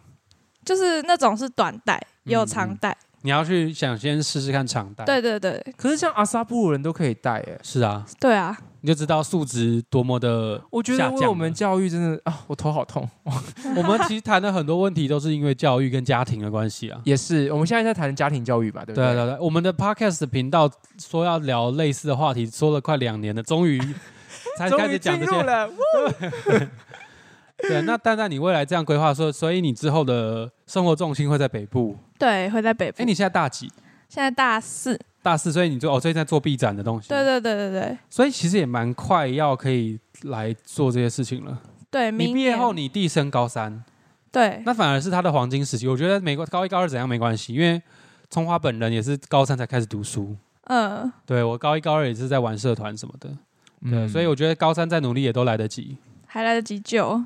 C: 就是那种是短带，也有
A: 嗯
C: 长
A: 嗯
C: 带。
A: 你要去想先试试看场代。，
C: 对对对
B: 可是像阿萨布鲁人都可以带哎、
A: 是啊，
C: 对啊，
A: 你就知道素质多么 的。
B: 我觉
A: 下
B: 得
A: 降
B: 为我们
A: 了
B: 教育真的啊，我头好痛。
A: 我们其实谈的很多问题都是因为教育跟家庭的关系啊。
B: 也是，我们现在在谈家庭教育吧，对不
A: 对啊
B: 对？
A: 对啊对啊，我们的 podcast 频道说要聊类似的话题，说了快两年了，终 于才开始讲这些。
B: 了，
A: 对，那蛋蛋，你未来这样规划说，所以你之后的生活重心会在北部。
C: 对，会在北部。
A: 哎，你现在大几？
C: 现在大四？
A: 大四，所以你就哦，最近在做 B 展的东西。
C: 对对对对对
A: 所以其实也蛮快要可以来做这些事情了。
C: 对。
A: 你
C: 明
A: 毕业
C: 年
A: 后，你弟升高三，
C: 对
A: 那反而是他的黄金时期。我觉得没关高一高二怎样没关系，因为葱花本人也是高三才开始读书。
C: 嗯，
A: 对我高一高二也是在玩社团什么的，对，所以我觉得高三再努力也都来得及。
C: 还来得及救。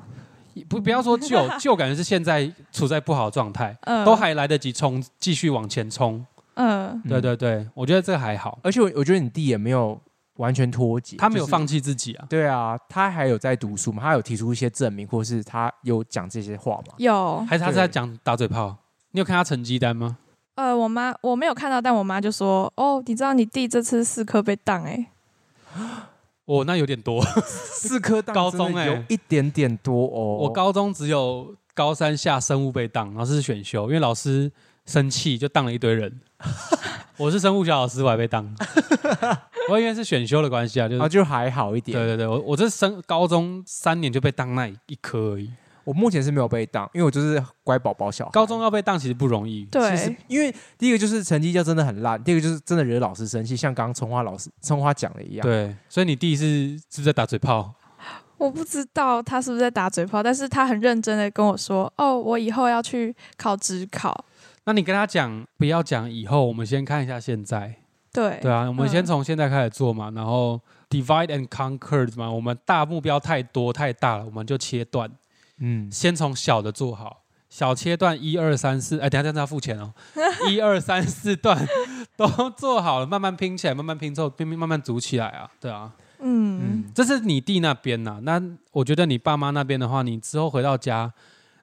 A: 不不要说旧旧，感觉是现在处在不好的状态，
C: 嗯，
A: 都还来得及冲，继续往前冲。
C: 嗯，
A: 对，对对，我觉得这还好，
B: 而且我我觉得你弟也没有完全脱节，
A: 他没有
B: 就是
A: 放弃自己啊。
B: 对啊，他还有在读书嘛，他有提出一些证明，或是他有讲这些话 嘛？
C: 有。
A: 还是他是在讲打嘴炮？你有看他成绩单吗？
C: 呃，我妈我没有看到，但我妈就说：“哦，你知道你弟这次四科被当哎、
A: 哦，那有点多。
B: 四科当
A: 高中
B: 真的
A: 欸
B: 有一点点多哦。
A: 我高中只有高三下生物被当，然后是选修，因为老师生气就当了一堆 人。我是生物小老师，我还被 当。我因为是选修的关系啊，就是、
B: 啊就还好一点，
A: 对对对，我我这升高中三年就被当那一科而已。
B: 我目前是没有被当，因为我就是乖宝宝小孩。
A: 高中欸要被当其实不容易，
B: 其实
C: 对，
B: 因为第一个就是成绩要真的很烂，第二个就是真的惹老师生气，像刚刚葱花老师葱花讲的一样。
A: 对，所以你弟是是不是在打嘴炮？
C: 我不知道他是不是在打嘴炮，但是他很认真的跟我说：“哦，我以后要去考职考。
A: 那你跟他讲，不要讲以后，我们先看一下现在。
C: 对”
A: 对啊，我们先
C: 嗯
A: 从现在开始做嘛，然后 divide and conquer 嘛，我们大目标太多太大了，我们就切断，
B: 嗯，
A: 先从小的做好，小切段一二三四，哎，等一下这样子要付钱哦，一二三四段都做好了，慢慢拼起来，慢慢拼凑，拼拼慢慢组起来啊，对啊，
C: 嗯，
A: 这是你弟那边呐、那我觉得你爸妈那边的话，你之后回到家，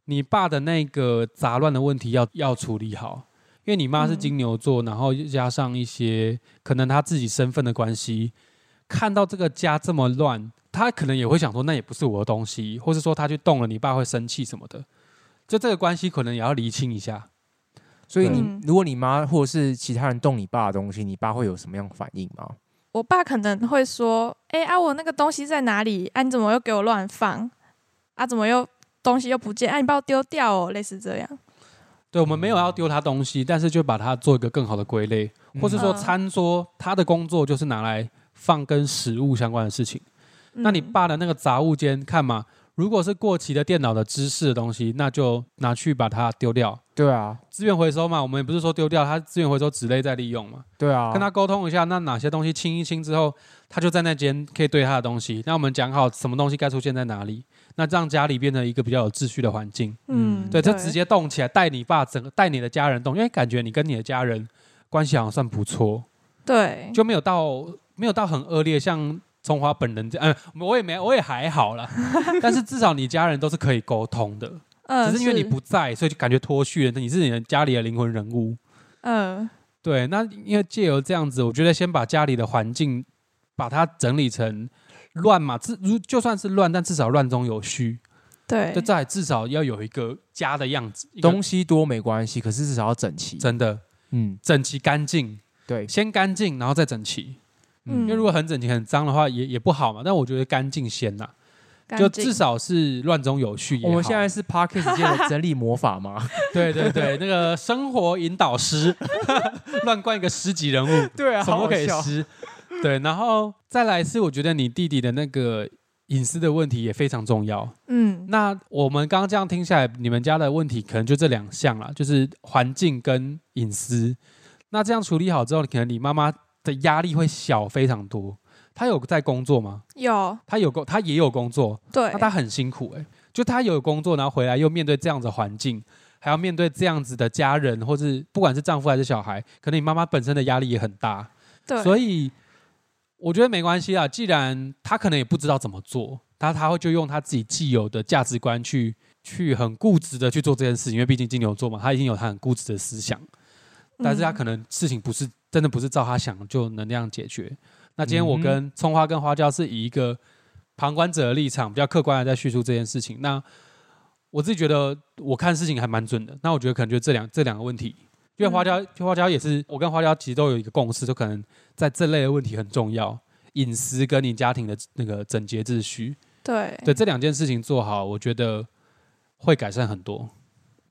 A: 你爸的那个杂乱的问题要要处理好，因为你妈是金牛座，然后加上一些可能他自己身份的关系，看到这个家这么乱，他可能也会想说那也不是我的东西，或是说他去动了，你爸会生气什么的。就这个关系可能也要厘清一下，
B: 所以你、
C: 嗯
B: 如果你妈或者是其他人动你爸的东西，你爸会有什么样的反应吗？
C: 我爸可能会说：“哎、啊，我那个东西在哪里？啊，你怎么又给我乱放？啊，怎么又东西又不见？啊，你把我丢掉哦，类似这样。
A: 对我们没有要丢他东西，但是就把它做一个更好的归类，或是说
C: 嗯
A: 餐桌，他的工作就是拿来放跟食物相关的事情。
C: 嗯”
A: 那你爸的那个杂物间看嘛，如果是过期的电脑的知识的东西，那就拿去把它丢掉，
B: 对啊，
A: 资源回收嘛。我们也不是说丢掉，它资源回收纸类再利用嘛。
B: 对啊，
A: 跟他沟通一下，那哪些东西清一清之后，他就在那间可以对他的东西。那我们讲好什么东西该出现在哪里，那让家里变成一个比较有秩序的环境。
C: 嗯，
A: 对，就直接动起来，带你爸整个带你的家人动，因为感觉你跟你的家人关系好像算不错。
C: 对，
A: 就没有到没有到很恶劣，像中华本人这样，嗯，我也没我也还好啦， 但是至少你家人都是可以沟通的，
C: 嗯，
A: 只是因为你不在，所以就感觉脱序了。你是你的家里的灵魂人物，
C: 嗯
A: 对，那因为借由这样子，我觉得先把家里的环境把它整理成乱嘛，至如就算是乱，但至少乱中有序，
C: 对
A: 就在至少要有一个家的样子，一个
B: 东西多没关系，可是至少要整齐。
A: 真的
B: 嗯，
A: 整齐干净，
B: 对，
A: 先干净，然后再整齐。
C: 嗯
A: 因为如果很整齐、很脏的话，也也不好嘛。但我觉得干净先呐、
C: 干
A: 就
C: 净
A: 至少是乱中有序也好。
B: 我们现在是 Parkes 界的整理魔法吗？
A: 对对对，那个生活引导师 乱灌一个十级人物，
B: 对啊
A: 什么都可以
B: 好好笑
A: 失。对，然后再来是我觉得你弟弟的那个隐私的问题也非常重要。
C: 嗯
A: 那我们刚刚这样听下来，你们家的问题可能就这两项啦，就是环境跟隐私。那这样处理好之后，可能你妈妈的压力会小非常多。她有在工作吗？
C: 有
A: 她有工，她也有工作，
C: 对
A: 那她很辛苦哎、就她有工作，然后回来又面对这样子的环境，还要面对这样子的家人，或是不管是丈夫还是小孩，可能你妈妈本身的压力也很大。
C: 对，
A: 所以我觉得没关系啊。既然他可能也不知道怎么做，他他会就用他自己既有的价值观去去很固执的去做这件事情，因为毕竟金牛座嘛，他已经有他很固执的思想，但
B: 嗯
A: 是他可
C: 能
A: 能事情不是真的不是照他想就能那样解决。那今天
B: 嗯
A: 我跟葱花跟花椒是以一个旁观者的立场，比较客观的在叙述这件事情。那我自己觉得我看事情还蛮准的。那我觉得可能就这两这两个问题，因为
B: 嗯
A: 花椒、花椒也是我跟花椒其实都有一个共识，就可能在这类的问题很重要，隐私跟你家庭的那个整洁秩序，
C: 对
A: 对这两件事情做好，我觉得会改善很多。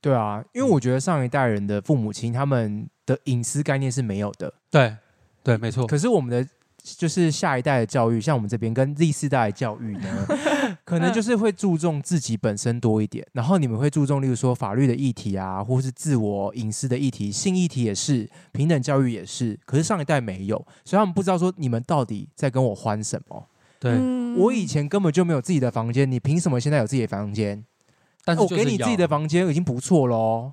B: 对啊，因为我觉得上一代人的父母亲他们的隐私概念是没有的，
A: 对对，没错，
B: 可是我们的就是下一代的教育，像我们这边跟 Z 世代的教育 呢，可能就是会注重自己本身多一点，然后你们会注重，例如说法律的议题啊，或是自我隐私的议题、性议题也是，平等教育也是。可是上一代没有，所以他们不知道说你们到底在跟我欢什么。
A: 对，
C: 嗯
B: 我以前根本就没有自己的房间，你凭什么现在有自己的房间？哦
A: 但是
B: 我
A: 就
B: 给
A: 是
B: 你自
A: 要啊
B: 己的房间已经不错喽，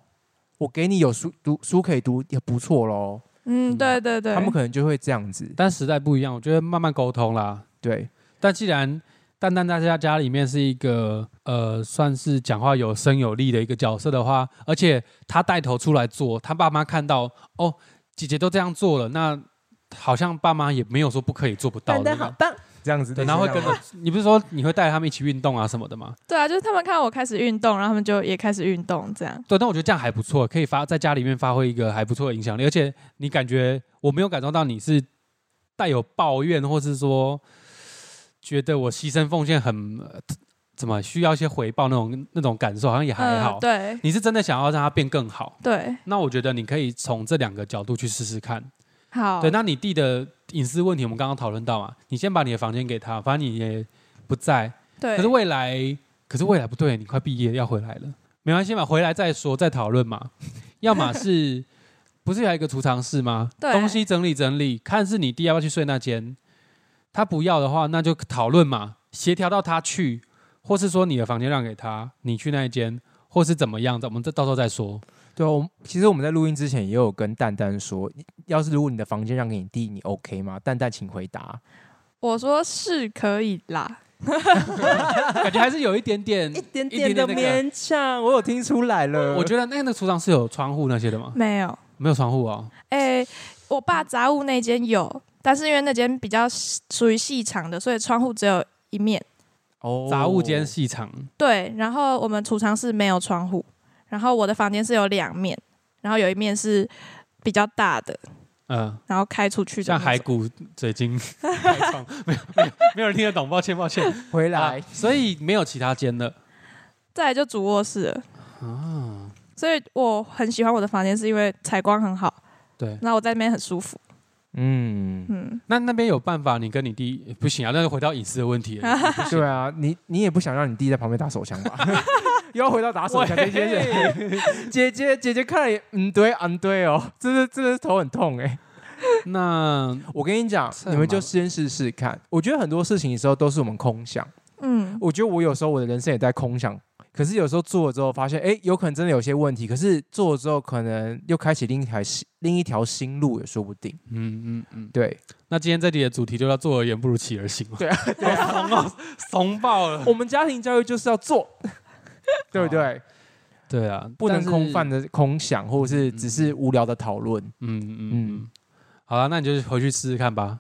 B: 我给你有书读书可以读也不错喽。
C: 嗯对对对，
B: 他们可能就会这样子，
A: 但时代不一样，我觉得慢慢沟通啦。
B: 对，
A: 但既然蛋蛋在家家里面是一个呃，算是讲话有声有力的一个角色的话，而且他带头出来做，他爸妈看到哦，姐姐都这样做了，那好像爸妈也没有说不可以做不到
C: 蛋
A: 的
C: 蛋好。棒，
B: 这样子，
A: 对，然后会跟
B: 类似这样
A: 着
B: 子，
A: 你不是说你会带他们一起运动啊什么的吗？
C: 对啊，就是他们看我开始运动，然后他们就也开始运动，这样
A: 对，但我觉得这样还不错，可以发在家里面发挥一个还不错的影响力，而且你感觉我没有感受到你是带有抱怨，或是说觉得我牺牲奉献很、呃怎么需要一些回报那种那种感受，好像也还好。
C: 嗯对
A: 你是真的想要让它变更好，
C: 对，
A: 那我觉得你可以从这两个角度去试试看。
C: 好，
A: 对，那你弟的隐私问题，我们刚刚讨论到嘛，你先把你的房间给他，反正你也不在，
C: 对，
A: 可是未来，可是未来不对，你快毕业要回来了，没关系嘛，回来再说，再讨论 嘛。要么是，不是有一个储藏室吗？
C: 对
A: 东西整理整理，看是你弟要不要去睡那间，他不要的话，那就讨论嘛，协调到他去，或是说你的房间让给他，你去那一间，或是怎么样的，我们这到时候再 说。
B: 对啊，我们其实我们在录音之前也有跟蛋蛋说，要是如果你的房间让给你弟，你 OK 吗？蛋蛋，请回答。
C: 我说是可以啦，
A: 感觉还是有一点 点一
B: 点
A: 点那个。
B: 强，我有听出来了
A: 我觉得那个储藏室有窗户那些的吗？
C: 没有，
A: 没有窗户哦。
C: 哎、我爸杂物那间有，但是因为那间比较属于细长的，所以窗户只有一面。
B: 哦
A: 杂物间细长，
C: 对，然后我们储藏室没有窗户，然后我的房间是有两面，然后有一面是比较大的，
A: 嗯、
C: 然后开出去的那
A: 像
C: 种。
A: 海骨水 晶开创，没有没有没有人听得懂，抱歉抱歉。
B: 回来
A: 啊，所以没有其他间了
C: 再来就主卧室了。
A: 啊。
C: 所以我很喜欢我的房间，是因为采光很好，
A: 对，
C: 然后我在那边很舒服。
B: 嗯，
C: 嗯，
A: 那那边有办法，你跟你弟不行啊，那就回到隐私的问题了。
B: 对啊，你你也不想让你弟在旁边打手枪吧？ 又要回到打手枪这件事。姐姐姐姐看了也，嗯对，嗯对哦，真的真的是头很痛哎、
A: 那
B: 我跟你讲，
A: 是
B: 你们就
A: 吗
B: 先试试看。我觉得很多事情的时候都是我们空想。
C: 嗯，
B: 我觉得我有时候我的人生也在空想，可是有时候做了之后发现，哎，有可能真的有些问题。可是做了之后，可能又开启另一条新另一条新路也说不定。
A: 嗯嗯嗯，
B: 对，
A: 那今天这里的主题就叫做而言不如起而行嘛。
B: 对
A: 啊，对啊， 怂爆 了。
B: 我们家庭教育就是要做， 对不对？
A: 对啊，
B: 不能
A: 哦但是
B: 空泛。的空想，或者是只是无聊的讨论。
A: 嗯嗯
B: 嗯
A: 嗯，好了，那你就回去试试看吧。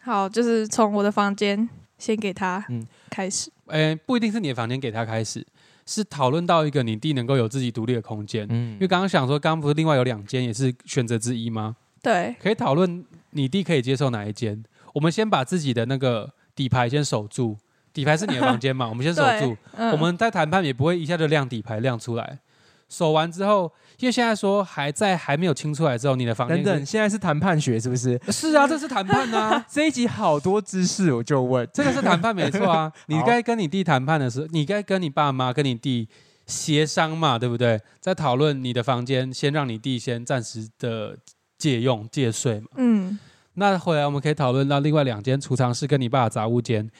C: 好，就是从我的房间先给他
B: 嗯
C: 开始。
A: 诶，不一定是你的房间给他开始，是讨论到一个你弟能够有自己独立的空间。
B: 嗯
A: 因为刚刚想说，刚刚不是另外有两间也是选择之一吗？
C: 对，
A: 可以讨论你弟可以接受哪一间。我们先把自己的那个底牌先守住，底牌是你的房 间嘛，我们先守住
C: 对。，嗯
A: 我们在谈判也不会一下就亮底牌亮出来。守完之后，因为现在说还在还没有清出来之后，你的房
B: 等
A: 间
B: 等，现在是谈判学是不是？，
A: 是是啊，这是谈判啊
B: 这一集好多知识，我就问，
A: 这个是谈判没错啊。你该跟你弟谈判的时候，你该跟你爸妈跟你弟协商嘛，对不对？在讨论你的房间，先让你弟先暂时的借用借睡嘛。
C: 嗯，
A: 那回来我们可以讨论到另外两间储藏室跟你爸的杂物间，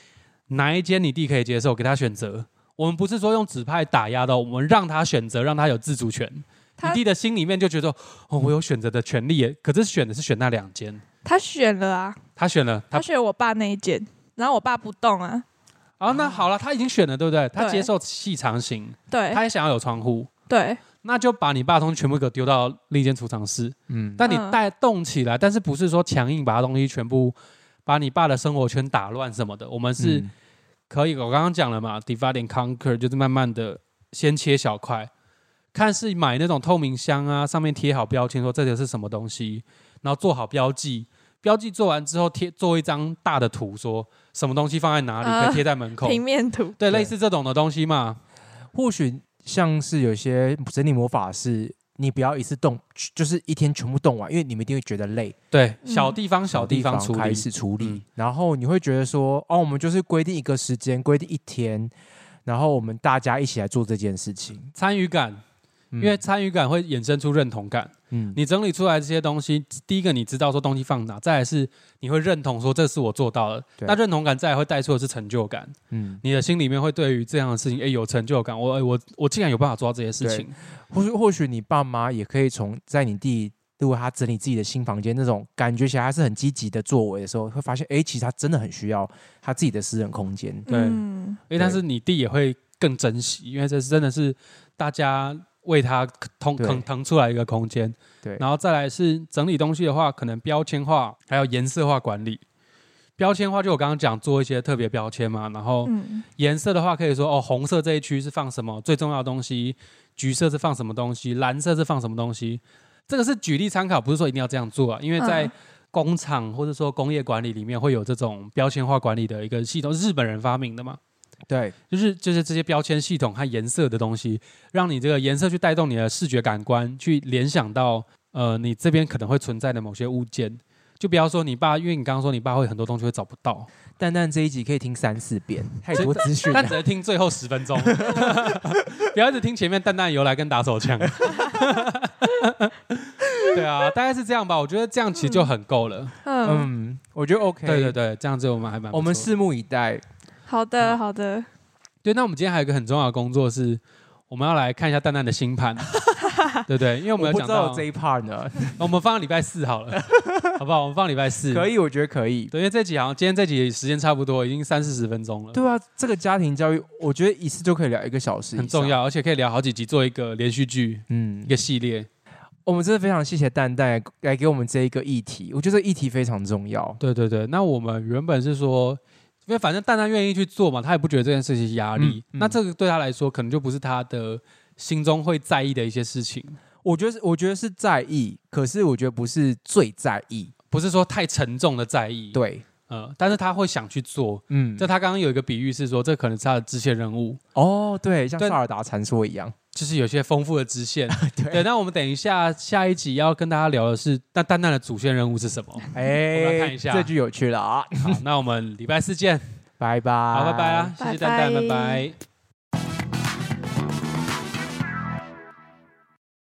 A: 哪一间你弟可以接受，给他选择。我们不是说用指派打压的哦，我们让他选择，让他有自主权。你
C: 他
A: 弟的心里面就觉得，哦，我有选择的权利耶。可是选的是选那两间，
C: 他选了啊，
A: 他选了，他
C: 他选我爸那一间，然后我爸不动啊，
A: 啊，那好了，他已经选了，对不对？他
C: 对哎
A: 接受细长型，
C: 对
A: 他也想要有窗户，
C: 对，
A: 那就把你爸的东西全部给我丢到另一间储藏室。
B: 嗯，
A: 但你
C: 嗯
A: 带动起来，但是不是说强硬把他东西全部把你爸的生活圈打乱什么的？我们是。
B: 嗯
A: 可以，我刚刚讲了嘛，divide and conquer 就是慢慢的先切小块，看是买那种透明箱啊，上面贴好标签说这个是什么东西，然后做好标记，标记做完之后贴做一张大的图，说什么东西放在哪里，
C: 啊
A: 可以贴在门口。
C: 平面图，
A: 对，
B: 对
A: 类似这种的东西嘛，
B: 或许像是有些整理魔法是，你不要一次动，就是一天全部动完，因为你们一定会觉得累，
A: 对，
C: 嗯
A: 小地方小地方处
B: 开
A: 理，
B: 始处理，
A: 嗯
B: 然后你会觉得说，哦，我们就是规定一个时间，规定一天，然后我们大家一起来做这件事情，
A: 参与感，
B: 嗯
A: 因为参与感会衍生出认同感。
B: 嗯，
A: 你整理出来这些东西，第一个你知道说东西放哪，再来是你会认同说这是我做到了，
B: 对
A: 那认同感再来会带出的是成就感。
B: 嗯，
A: 你的心里面会对于这样的事情，哎、有成就感。我、哎我我竟然有办法做到这些事情，
B: 或许或许你爸妈也可以从在你弟。如果他整理自己的新房间，那种感觉起来他是很积极的作为的时候，会发现，哎，其实他真的很需要他自己的私人空间。
A: 对
C: 嗯
A: 哎、但是你弟也会更珍惜，因为这是真的是大家为他腾
B: 对
A: 腾腾出来一个空间。
B: 对
A: 然后再来是整理东西的话，可能标签化还有颜色化管理。标签化就我刚刚讲做一些特别标签嘛，然后
C: 嗯
A: 颜色的话可以说哦，红色这一区是放什么最重要的东西，橘色是放什么东西，蓝色是放什么东西。这个是举例参考，不是说一定要这样做啊，因为在
C: 嗯
A: 工厂或者说工业管理里面会有这种标签化管理的一个系统，日本人发明的嘛，
B: 对，
A: 就是就是这些标签系统和颜色的东西，让你这个颜色去带动你的视觉感官，去联想到呃你这边可能会存在的某些物件。就不要说你爸，因为你刚刚说你爸会很多东西会找不 到，
B: 蛋蛋这一集可以听三四遍，太 多资讯了
A: 但。只能听最后十分钟， 不要一直听前面淡淡由来跟打手枪。 对啊，大概是这样吧。我觉得这样其实就很够了。
C: 嗯，
B: 嗯，我觉得 OK。
A: 对对，对，这样子我们还蛮不错
B: 我们拭目以待。
C: 好的好的，
A: 对。那我们今天还有一个很重要的工作是，我们要来看一下蛋蛋的星盘， 对不对？因为我
B: 我
A: 们有
B: 不
A: 讲
B: 知道
A: 到
B: 有这一 part 呢，
A: 我们放到礼拜四好 了，好不好？我们放礼拜四
B: 可
A: 以。
B: 以，我觉得可以。
A: 对，因为这集好像今天这集时间差不多，已经三四十分钟了，
B: 对啊，这个家庭教育，我觉得一次就可以聊一个小时，
A: 很重。要，而且可以聊好几集，做一个连续剧，
B: 嗯
A: 一，个系列。
B: 我们真的非常谢谢蛋蛋来来给我们这一个议题，我觉得这个议题非常重要。
A: 对对对，那我们原本是说，因为反正蛋蛋愿意去做嘛，他也不觉得这件事情是压力。
B: 嗯嗯
A: 那这个对他来说，可能就不是他的心中会在意的一些事情，
B: 我觉得是，我觉得是在意，可是我觉得不是最在意。
A: 不是说太沉重的在意。，
B: 对，
A: 呃，但是他会想去做。
B: 嗯
A: 就，他刚刚有一个比喻是说，这可能是他的支线任务，
B: 哦，对，像
A: 对
B: 萨尔达传说一样。
A: 就是有些丰富的支线。 对，那我们等一下下一集要跟大家聊的是，那蛋蛋的主线任务是什 么？ 我们来看
B: 哎
A: 一，下
B: 这句有趣了啊！
A: 好，那我们礼拜四见。
B: 拜拜，
A: 好，拜拜啦，谢谢蛋蛋，啊
C: 拜拜
A: 拜拜